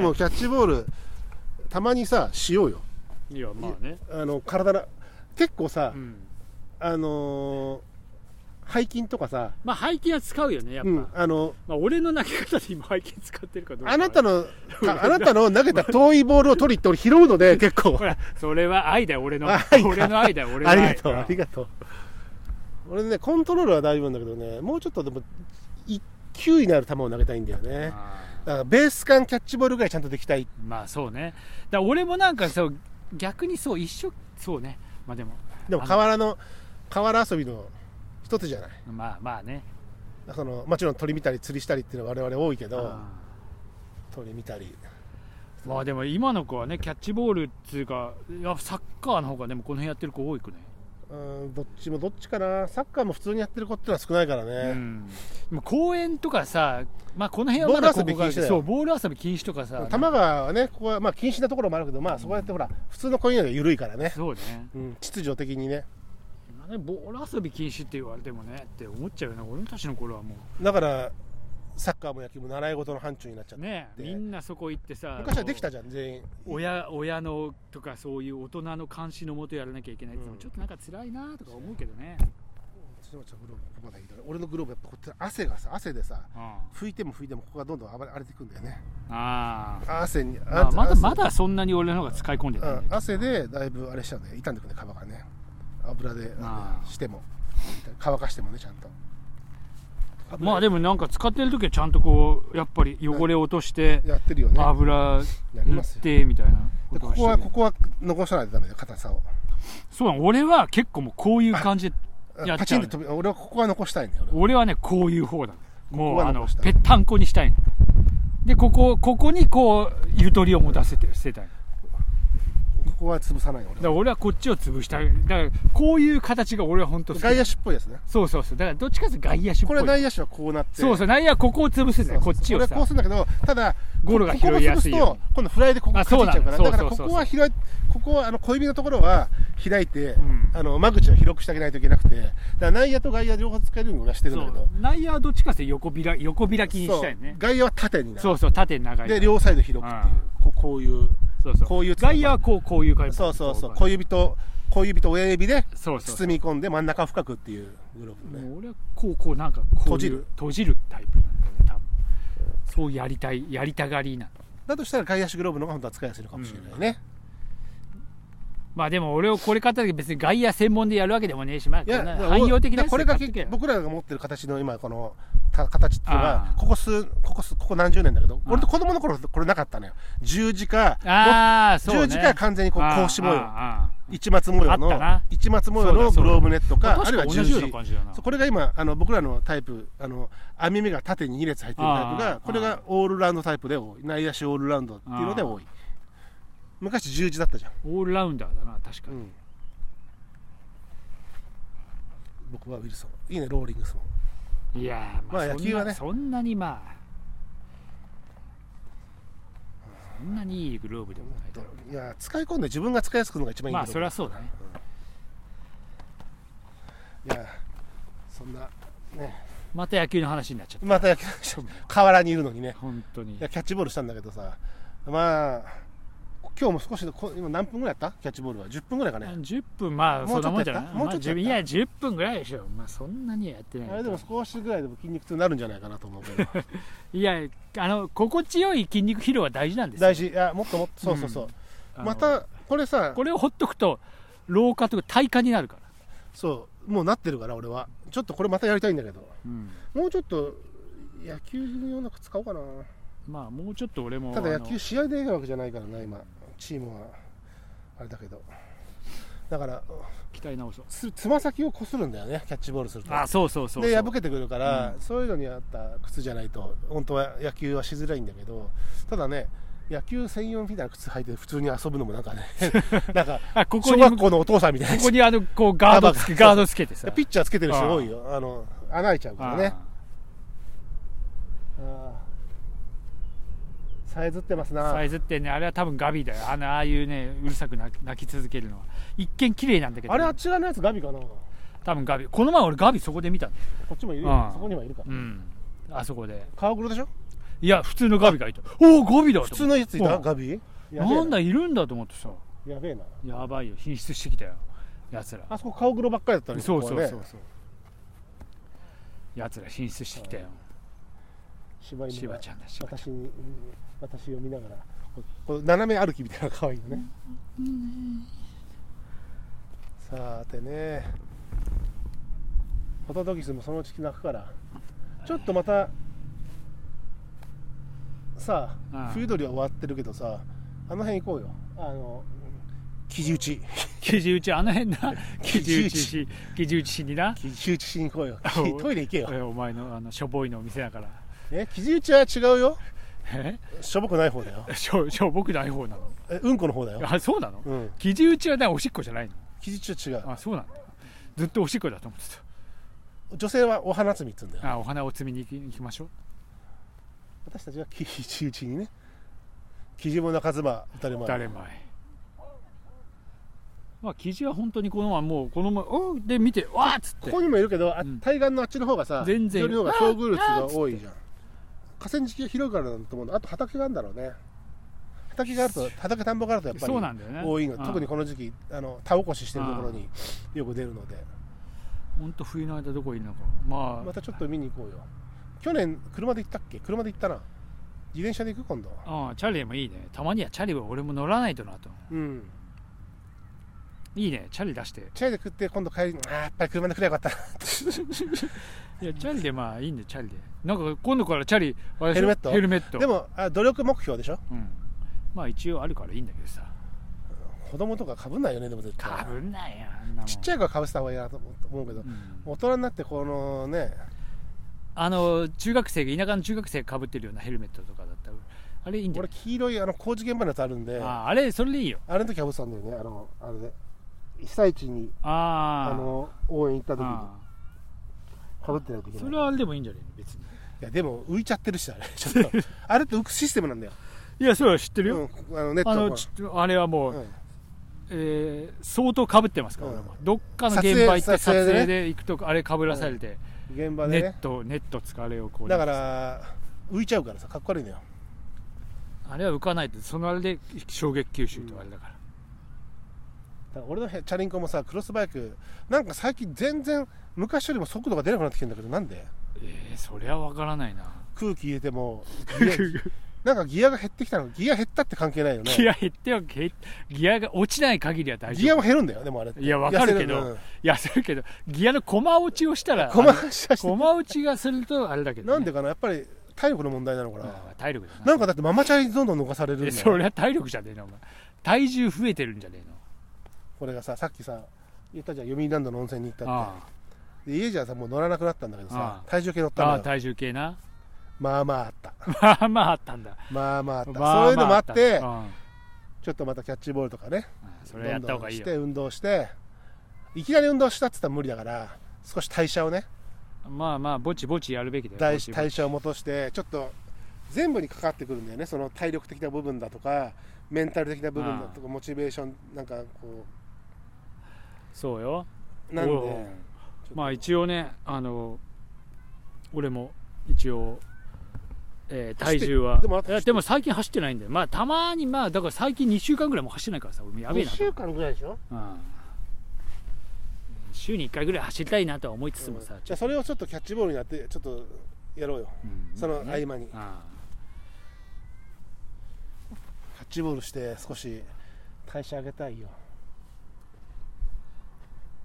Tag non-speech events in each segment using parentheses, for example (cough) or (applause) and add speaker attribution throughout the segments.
Speaker 1: のキャッチボールたまにさしようよ
Speaker 2: いやまあね
Speaker 1: あの体な結構さ、
Speaker 2: うん
Speaker 1: あのー背筋とかさ、
Speaker 2: まあ背筋は使うよねやっぱ、
Speaker 1: うん、あの
Speaker 2: まあ、俺の投げ方で今背筋使ってるかどうか
Speaker 1: あなた
Speaker 2: の
Speaker 1: のああなたの投げた遠いボールを取りって俺拾うの (laughs) で結構
Speaker 2: ほらそれは愛だよ俺の
Speaker 1: あ愛か
Speaker 2: 俺の愛だよ俺の
Speaker 1: あ
Speaker 2: 愛
Speaker 1: りがとうありがとう俺ねコントロールは大丈夫なんだけどねもうちょっとでも1球になる球を投げたいんだよね
Speaker 2: あ
Speaker 1: だからベース間キャッチボールぐらいちゃんとできたい
Speaker 2: ーまあそうねだから俺もなんかそう逆にそう一緒そうねまあでも
Speaker 1: でも
Speaker 2: あの
Speaker 1: 河原の河原遊びの一つじゃない
Speaker 2: まあまあね
Speaker 1: そのもちろん鳥見たり釣りしたりっていうのは我々多いけど
Speaker 2: あ
Speaker 1: 鳥見たり
Speaker 2: ーまあでも今の子はねキャッチボールっていうかいやサッカーの方がでもこの辺やってる子多いくね
Speaker 1: うんどっちもどっちかなサッカーも普通にやってる子ってのは少ないから
Speaker 2: う
Speaker 1: ね、
Speaker 2: んでも公園とかさ、まあ、この辺はまだここ
Speaker 1: ボール遊び禁
Speaker 2: が
Speaker 1: 止だよ
Speaker 2: そうボール遊び禁止とかさ
Speaker 1: 球がねここはまあ禁止なところもあるけどまあそこやってほら普通の子には緩いからね、
Speaker 2: そうね
Speaker 1: うん、秩序的にね
Speaker 2: なんでボール遊び禁止って言われてもねって思っちゃうよね俺たちの頃はも
Speaker 1: だからサッカーも野球も習い事の範疇になっちゃっ
Speaker 2: う
Speaker 1: た、
Speaker 2: ね
Speaker 1: で
Speaker 2: みんなそこ行ってさ
Speaker 1: 昔はできたじゃん全員
Speaker 2: 親親のとかそういう大人の監視のもとやらなきゃいけないってのも
Speaker 1: うん
Speaker 2: ちょっとなんか辛いなとか思うけどね、
Speaker 1: ちょっと待ってグローブまだいいだろ俺のグローブやっぱこうやって汗がさ汗でさ
Speaker 2: あ
Speaker 1: 拭いても拭いてもここがどんどん荒れ荒れていくんだよね
Speaker 2: あ
Speaker 1: あ汗に
Speaker 2: ま
Speaker 1: あ
Speaker 2: あまだ
Speaker 1: 汗
Speaker 2: まだそんなに俺の方が使い込んで
Speaker 1: う
Speaker 2: た
Speaker 1: ん、汗でだいぶあれしちゃうんだよ傷んでくるね皮がね油で
Speaker 2: あー
Speaker 1: しても乾かしてもねちゃんと
Speaker 2: まあでもなんか使ってる時はちゃんとこうやっぱり汚れ落として
Speaker 1: やってるよね
Speaker 2: 油
Speaker 1: やり
Speaker 2: 塗
Speaker 1: ま
Speaker 2: っ
Speaker 1: すよ
Speaker 2: てみたいな
Speaker 1: で
Speaker 2: と
Speaker 1: こ
Speaker 2: はし
Speaker 1: こ
Speaker 2: てる
Speaker 1: はここは残さないとダメだよ硬さを
Speaker 2: そうなの俺は結構もうこういう感じでやっちゃうね
Speaker 1: パチンって飛び俺はここは残したいんだよ俺は
Speaker 2: 俺はねこういう方だもう
Speaker 1: こは
Speaker 2: あ
Speaker 1: 残
Speaker 2: の
Speaker 1: した
Speaker 2: ぺったんこにしたいのでここここにこうゆとりを持たせて捨てたいのだ
Speaker 1: ここは潰さない俺
Speaker 2: から俺はこっちを潰したいだからこういう形が俺は本当好き
Speaker 1: 外野手っぽいですね
Speaker 2: そうそうそうだからどっちかというと外野手っ
Speaker 1: こ
Speaker 2: ぽ
Speaker 1: れ
Speaker 2: い
Speaker 1: 内野手はこうなって
Speaker 2: そうそう内野はここを潰せないこっちを
Speaker 1: 俺はこ
Speaker 2: さ
Speaker 1: うするんだけどただ
Speaker 2: ゴロが
Speaker 1: こここ
Speaker 2: 拾いやすい
Speaker 1: こを潰
Speaker 2: よ
Speaker 1: すと今度フライでここ
Speaker 2: あ
Speaker 1: かじっ
Speaker 2: そう
Speaker 1: ち
Speaker 2: な
Speaker 1: ゃ
Speaker 2: の
Speaker 1: うからだから
Speaker 2: そう
Speaker 1: こ
Speaker 2: そうそうそう
Speaker 1: こは開いここはあの小指のところは開いて、
Speaker 2: ん
Speaker 1: あの間口は広くしてあげないといけなくてだから内野と外野両方使えるように俺はしてるん
Speaker 2: そ
Speaker 1: だけ
Speaker 2: う
Speaker 1: ど
Speaker 2: 内野はどっちかというと横開横開きにしたい
Speaker 1: そ
Speaker 2: ね
Speaker 1: う外野は縦になる
Speaker 2: そうそう縦に長いか
Speaker 1: で
Speaker 2: ら
Speaker 1: 両サイド広くっていうここういう
Speaker 2: そうそう
Speaker 1: こういう
Speaker 2: 外野はこうこういう感じ
Speaker 1: そうそうそう
Speaker 2: こ
Speaker 1: 小指と小指と親指で
Speaker 2: うそうそう
Speaker 1: 包み込んで真ん中を深くっていうグローブね
Speaker 2: もう俺はこうこうなんかこういう
Speaker 1: 閉じる
Speaker 2: 閉じるタイプなんだよね多分そうやりたいやりたがりな
Speaker 1: だとしたら外野手グローブの方が本当は使いやすいのかもしれないね、
Speaker 2: まあでも俺をこれ方で別に外野専門でやるわけでもねえしまあ
Speaker 1: いや
Speaker 2: こんな
Speaker 1: だから
Speaker 2: 汎用的な
Speaker 1: だ
Speaker 2: やつ
Speaker 1: からこれが
Speaker 2: 買ってけ
Speaker 1: 結
Speaker 2: よ
Speaker 1: 僕らが持ってる形の今このた形っていうの
Speaker 2: あ
Speaker 1: は
Speaker 2: ー
Speaker 1: ここ数ここ数ここ何十年だけど
Speaker 2: あー
Speaker 1: 俺と子供の頃これなかったのよ十字架
Speaker 2: ああそうね
Speaker 1: 十字架は完全にこう
Speaker 2: ああ
Speaker 1: 格子模様
Speaker 2: あ
Speaker 1: 一松模様
Speaker 2: あったな
Speaker 1: の一松模様の
Speaker 2: そうだそうだ
Speaker 1: グローブネット
Speaker 2: あああ
Speaker 1: かあ
Speaker 2: 確
Speaker 1: るい
Speaker 2: か
Speaker 1: は
Speaker 2: 同
Speaker 1: 十
Speaker 2: じ
Speaker 1: 字
Speaker 2: ような感じだな
Speaker 1: そうこれが今あの僕らのタイプあの網目が縦に2列入ってるタイプ
Speaker 2: あー
Speaker 1: がこれがオールラウンドタイプで多い内野手オールラウンドっていうので多い昔十字だったじゃん、
Speaker 2: オールラウンダーだな確か
Speaker 1: う
Speaker 2: に、
Speaker 1: ん僕はウィルソンいいねローリングスも
Speaker 2: いやーま
Speaker 1: ま
Speaker 2: あ
Speaker 1: あ野球はね
Speaker 2: そんなそんなにまあそんなにいいグローブでもないだろう
Speaker 1: いや使い込んで自分が使いやすくのが一番いいん
Speaker 2: まあ
Speaker 1: だけ
Speaker 2: そ
Speaker 1: ど、
Speaker 2: れはそうだね
Speaker 1: いやそんな
Speaker 2: また野球の話になっちゃっ
Speaker 1: また野球 (laughs) 河原にいるのにね
Speaker 2: た本当に
Speaker 1: いやキャッチボールしたんだけどさまあ今日も少しでこ今何分ぐらいやったキャッチボールは10分ぐらいかね、
Speaker 2: 10分まあ
Speaker 1: も
Speaker 2: そん
Speaker 1: うち
Speaker 2: なもんじ
Speaker 1: ょっとやった
Speaker 2: ゃない
Speaker 1: もう
Speaker 2: まあ
Speaker 1: ちょっとやった
Speaker 2: いや10分ぐらいでしょまあそんなにはやってない
Speaker 1: あれでも少しぐらいでも筋肉痛になるんじゃないかなと思
Speaker 2: (laughs)
Speaker 1: うけど
Speaker 2: いやあの心地よい筋肉疲労は大事なんですよ
Speaker 1: 大事いやもっともっとそうそうそう、
Speaker 2: あの
Speaker 1: またこれさ
Speaker 2: これをほっとくと老化とか体化になるから、
Speaker 1: そうもうなってるから俺はちょっとこれまたやりたいんだけど
Speaker 2: うん
Speaker 1: もうちょっと野球のようなく使おうかな
Speaker 2: まあもうちょっと俺も
Speaker 1: ただ
Speaker 2: あ
Speaker 1: 野
Speaker 2: の
Speaker 1: 球試合でやるわけじゃないからな今チームはあれだけどだから
Speaker 2: 鍛え直そう
Speaker 1: つつま先をこするんだよねキャッチボールすると
Speaker 2: あそうそうそうそう
Speaker 1: で破けてくるから、
Speaker 2: う
Speaker 1: そういうのに合った靴じゃないと本当は野球はしづらいんだけどただね野球専用みたいな靴履いて普通に遊ぶのもな
Speaker 2: (laughs)
Speaker 1: んかねなんか
Speaker 2: あここ
Speaker 1: 小
Speaker 2: に
Speaker 1: 学
Speaker 2: こ
Speaker 1: 校のお父さんみたいな
Speaker 2: こにあのこうガードつけ
Speaker 1: カ
Speaker 2: ガ
Speaker 1: バーが
Speaker 2: ードつけてさ
Speaker 1: ピッチャーつけてる人多いよあの穴開いちゃうからねあーさえずってますな
Speaker 2: サイズってねあれは多分ガビだよあのああいうねうるさく泣き泣き続けるのは一見綺麗なんだけど、
Speaker 1: あれあっち側のやつガビかなこ
Speaker 2: 多分ガビこの前俺ガビそこで見たんだよ
Speaker 1: っちもいるよ
Speaker 2: あー
Speaker 1: そこにはいるから
Speaker 2: うんあそこで
Speaker 1: 川黒でしょ
Speaker 2: いいや普通のガビがいたおおガビだ
Speaker 1: 普通のやついた
Speaker 2: うん
Speaker 1: ガビやべえ
Speaker 2: なんだいるんだと思ってさ
Speaker 1: やべえな
Speaker 2: やばいよ品質してきたよやつら
Speaker 1: あそこ顔黒ばっかりだったのに
Speaker 2: そう
Speaker 1: こ
Speaker 2: そ
Speaker 1: こ
Speaker 2: う
Speaker 1: はね
Speaker 2: そうそうやつら進出してきたよ
Speaker 1: 柴
Speaker 2: し
Speaker 1: 犬
Speaker 2: ば
Speaker 1: が
Speaker 2: ちゃんだし
Speaker 1: 私に私を見ながらこうこう斜め歩きみたいなのが可愛いのね、さーてねホトトギスもそのうち泣くからちょっとまたさあ
Speaker 2: うん
Speaker 1: 冬鳥は終わってるけどさあの辺行こうよあの生地打ち
Speaker 2: 生地打ちあの辺な生地打
Speaker 1: 生地打ち
Speaker 2: ちし生地打ちしにな
Speaker 1: 生地打ちしに行こうよ
Speaker 2: お
Speaker 1: トイレ行けよ
Speaker 2: えお前のあのしょぼいのお店だから
Speaker 1: え生地打ちは違うよ
Speaker 2: え
Speaker 1: しょぼくない方だよ
Speaker 2: しょしょぼくない方なの
Speaker 1: えうんこの方だよ
Speaker 2: あそうなの
Speaker 1: うん
Speaker 2: 生地打ちはねおしっこじゃないの
Speaker 1: 生地打ちは違
Speaker 2: あそうなんだずっとおしっこだと思って
Speaker 1: う女性はお花摘みっつうんだよ
Speaker 2: たあお花を摘みに行き行きましょう
Speaker 1: 私たちは生地打ちにね生地も中妻打たれ前
Speaker 2: 誰前まあ生地は本当にこのままもうこのままおーで見てわーっつって
Speaker 1: ここにもいるけど、あ
Speaker 2: うん
Speaker 1: 対岸のあっちの方がさ
Speaker 2: 全然
Speaker 1: 緑の方が遭遇率が多いじゃん河川敷が広いからだと思うのあと畑があるんだろうね畑があると畑田んぼがあるとやっぱり
Speaker 2: そうなんだよね
Speaker 1: 多いの、
Speaker 2: うん
Speaker 1: 特にこの時期あの田起こししてるところによく出るので、
Speaker 2: 本当冬の間どこいるのかまあ
Speaker 1: またちょっと見に行こうよ去年車で行ったっけ車で行ったな自転車で行く今度
Speaker 2: ああチャリもいいねたまにはチャリは俺も乗らないとなと
Speaker 1: うん
Speaker 2: いいねチャリ出して
Speaker 1: チャイで食って今度帰りあーやっぱり車で来ればよかった
Speaker 2: いやチャリでまあいいんでチャリでなんか今度からチャリあれでしょ
Speaker 1: ヘルメット
Speaker 2: ヘルメット
Speaker 1: でもあ努力目標でしょ
Speaker 2: うん、まあ一応あるからいいんだけどさ
Speaker 1: 子供とかかぶんないよねでも絶対
Speaker 2: かぶんないやあんなもん
Speaker 1: ちっちゃい子はかぶせた方がいいなと思うけ
Speaker 2: う
Speaker 1: ど、
Speaker 2: ん
Speaker 1: 大人になってこのね
Speaker 2: あの中学生が田舎の中学生かぶってるようなヘルメットとかだったらあれいいんだよ
Speaker 1: 俺黄色いあの工事現場のやつあるんであ
Speaker 2: ああれそれでいいよ
Speaker 1: れの時はぶってたんだよねあのあれで被災地に
Speaker 2: あ
Speaker 1: あ
Speaker 2: ー
Speaker 1: の応援行った時に
Speaker 2: あ
Speaker 1: かぶってないとい
Speaker 2: ー
Speaker 1: け
Speaker 2: そ
Speaker 1: ない
Speaker 2: れはあれでもいいんじゃない別に
Speaker 1: いやでも浮いちゃってるしあれち
Speaker 2: (laughs)
Speaker 1: ょっとあれって浮くシステムなんだよ、
Speaker 2: いやそれは知ってるよ、
Speaker 1: うん、あのネット
Speaker 2: あの
Speaker 1: こう
Speaker 2: ちあれはもう、
Speaker 1: うん
Speaker 2: えー相当かぶってますから、
Speaker 1: うん
Speaker 2: 俺もどっかの現場行って
Speaker 1: 撮
Speaker 2: 撮
Speaker 1: 影
Speaker 2: 影
Speaker 1: でね
Speaker 2: で行くとあれかぶらされて、
Speaker 1: 現場
Speaker 2: ネ
Speaker 1: で
Speaker 2: ッ
Speaker 1: ね
Speaker 2: トネット疲れをこう
Speaker 1: だから浮いちゃうからさかっこ悪いのよ
Speaker 2: あれは浮かないとそのあれで衝撃吸収とあれだから、
Speaker 1: だから俺のへチャリンコもさクロスバイクなんか最近全然昔よりも速度が出なくなってきてんだけどなんで
Speaker 2: えー、そりゃわからないな
Speaker 1: 空気入れ
Speaker 2: (laughs)
Speaker 1: てもギアなんかギアが減ってきたのギア減ったって関係ないよね
Speaker 2: ギア減っては減っギアが落ちない限りは大
Speaker 1: ギア
Speaker 2: 丈
Speaker 1: も減るんだよでもあれって
Speaker 2: いやわかるけど
Speaker 1: 痩せうん
Speaker 2: 夫いやそれけどギアの駒落ちをしたら
Speaker 1: 駒
Speaker 2: あの
Speaker 1: 発車して
Speaker 2: 駒落ちがするとあれだけど、ね、
Speaker 1: なんでかなやっぱり体力の問題なのかな、
Speaker 2: あー体力だな
Speaker 1: なんかだってママチャリにどんどん逃されるんだ
Speaker 2: え
Speaker 1: よ
Speaker 2: そりゃ体力じゃねえなお前体重増えてるんじゃねえの
Speaker 1: これがささっきさ言ったじゃん読売ランドの温泉に行ったって
Speaker 2: あ
Speaker 1: で家じゃさもう乗らなくなったんだけどさ
Speaker 2: ああ
Speaker 1: 体重計乗っ
Speaker 2: ああ
Speaker 1: た
Speaker 2: あ
Speaker 1: んだよ
Speaker 2: 体重計な (laughs)
Speaker 1: まあまああった
Speaker 2: まあまああったんだ
Speaker 1: まあまああった、
Speaker 2: まあ
Speaker 1: そういうのもあっ
Speaker 2: ま
Speaker 1: て
Speaker 2: ああっ
Speaker 1: ちょっとまたキャッチボールとか
Speaker 2: た
Speaker 1: ね
Speaker 2: うんそ
Speaker 1: ど
Speaker 2: れや
Speaker 1: ん
Speaker 2: った
Speaker 1: ど
Speaker 2: 方が
Speaker 1: ん
Speaker 2: いい
Speaker 1: し
Speaker 2: よ
Speaker 1: て運動していきなり運動したっつったら無理だから少し代謝をね
Speaker 2: まあまあぼちぼちやるべきだよ
Speaker 1: 代
Speaker 2: ぼちぼち
Speaker 1: 代謝を戻してちょっと全部にかかってくるんだよねその体力的な部分だとかメンタル的な部分だとかモチベーションなんかこ
Speaker 2: そうよ
Speaker 1: うなん
Speaker 2: おう
Speaker 1: で
Speaker 2: まあ一応ねあの俺も一応、えー体重は
Speaker 1: 走ってでもあと
Speaker 2: いやでも最近走ってないんだよまあたまにまあだから最近2週間ぐらいもう走ってないからさ俺もやべえ
Speaker 1: 2
Speaker 2: なと
Speaker 1: 週間ぐらいでしょ
Speaker 2: うん週に1回ぐらい走りたいなとは思いつつもさ、
Speaker 1: うん
Speaker 2: ち
Speaker 1: じ
Speaker 2: ょ
Speaker 1: ゃあそれをちょっとキャッチボールにやってちょっとやろうよ
Speaker 2: うん
Speaker 1: その合
Speaker 2: ね
Speaker 1: 間にキャ
Speaker 2: あ
Speaker 1: ッチボールして少し代謝上げたいよ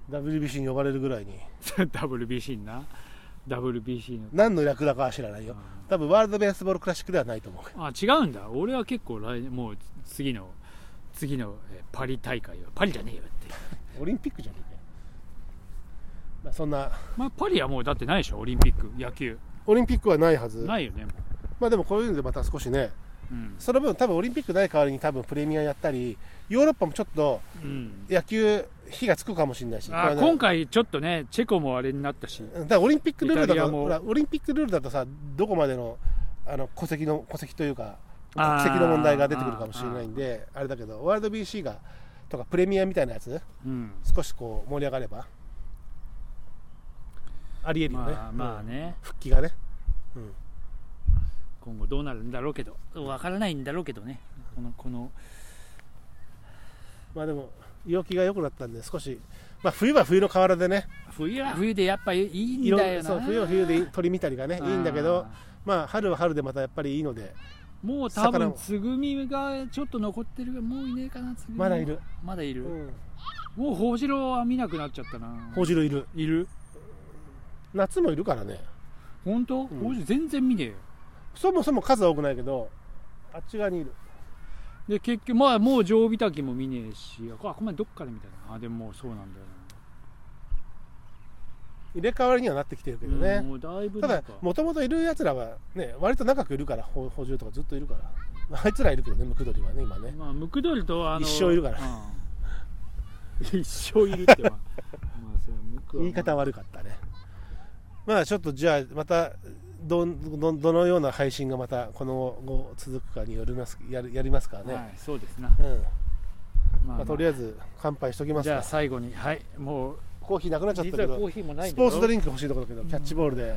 Speaker 1: WBC に呼ばれるぐらいに
Speaker 2: あ (laughs) WBC にな WBC の
Speaker 1: 何の略だかは知らないよ多分ワールドベースボールクラシックではないと思う
Speaker 2: あ違うんだ俺は結構来年もう次の次のえーパリ大会はパリじゃねえよって
Speaker 1: オリンピックじゃねえかよまあそんな
Speaker 2: まあパリはもうだってないでしょオリンピック野球
Speaker 1: オリンピックはないはず
Speaker 2: ないよねも
Speaker 1: まあでもこういうのでまた少しね
Speaker 2: ううん
Speaker 1: その分多分オリンピックない代わりに多分プレミアやったりヨーロッパもちょっと
Speaker 2: うん
Speaker 1: 野球火がつくかもしれないし
Speaker 2: あ
Speaker 1: これね
Speaker 2: 今回ちょっとねチェコもあれになったし
Speaker 1: だからオリンピックルールだ
Speaker 2: イタリア
Speaker 1: と
Speaker 2: も
Speaker 1: ほらオリンピックルールだとさどこまでのあの戸籍の戸籍というか
Speaker 2: あー
Speaker 1: 国籍の問題が出てくるかもしれないんであれだけどワールド BC がとかプレミアみたいなやつ
Speaker 2: うん
Speaker 1: 少しこう盛り上がればありえるよね、
Speaker 2: まあまあね
Speaker 1: 復帰がね
Speaker 2: 今後どうなるんだろうけどわからないんだろうけどねこのこの
Speaker 1: まあでも陽気が良くなったんで少し、まあ、冬は冬の河原でね
Speaker 2: 冬は冬でやっぱいいん
Speaker 1: いろん
Speaker 2: だよな
Speaker 1: そう冬は冬で鳥見たりがねいいんだけど
Speaker 2: あ
Speaker 1: まあ春は春でまたやっぱりいいので
Speaker 2: ーもう多
Speaker 1: 魚
Speaker 2: 分
Speaker 1: も
Speaker 2: つぐみがちょっと残ってるもういねえかなつぐみ
Speaker 1: まだいる、
Speaker 2: まだいうる、
Speaker 1: ん、
Speaker 2: もうホオジロは見なくなっちゃったな
Speaker 1: ホオジロいる
Speaker 2: いる
Speaker 1: 夏もいるからね
Speaker 2: 本当、
Speaker 1: ん
Speaker 2: ホオジロ全然見ねえよ
Speaker 1: そもそも数は多くないけどあっち側にいる
Speaker 2: で結局まあもう常備滝も見ねえしあここまでどっかで見たなあでももうそうなんだよ
Speaker 1: 入れ替わりにはなってきてるけど
Speaker 2: な、
Speaker 1: ね、
Speaker 2: うんもうだいぶ
Speaker 1: た
Speaker 2: なん
Speaker 1: だ
Speaker 2: か
Speaker 1: もともといるやつらはね割と長くいるからほ補充とかずっといるからまああいつらい (laughs) るけどねムクドリはね今ね
Speaker 2: まあ、ムクドリとあの
Speaker 1: 一生いるから
Speaker 2: うん
Speaker 1: (laughs)
Speaker 2: 一生いるってはまあそれはムクは
Speaker 1: 言い方悪かったねまあちょっとじゃあまたどんどんどのような配信がまたこの後続くかによりますやるやりますからね、
Speaker 2: はい、そうですな、
Speaker 1: うん
Speaker 2: ま
Speaker 1: まあ、とりあえず乾杯しときます
Speaker 2: じゃあ
Speaker 1: か
Speaker 2: 最後にはいもう
Speaker 1: コーヒーなくなっちゃった
Speaker 2: 実
Speaker 1: け
Speaker 2: はコ
Speaker 1: ど
Speaker 2: ーヒーもない
Speaker 1: ス
Speaker 2: ん
Speaker 1: ポーツド
Speaker 2: ン
Speaker 1: リンク欲しいところだけどキャッチボールで、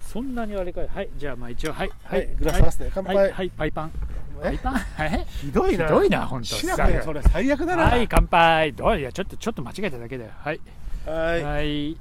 Speaker 2: そんなにあれかいはいじゃあまあ一応はい
Speaker 1: はいグラス合わせて乾
Speaker 2: はい
Speaker 1: 杯、
Speaker 2: はい、はい、パイパンパイ
Speaker 1: え
Speaker 2: パンはい
Speaker 1: ひどい
Speaker 2: ひ
Speaker 1: な
Speaker 2: どいな本当
Speaker 1: シナプレそれ最悪だな
Speaker 2: はい乾杯どういやちょっとちょっと間違えただけだよはい
Speaker 1: はい
Speaker 2: はい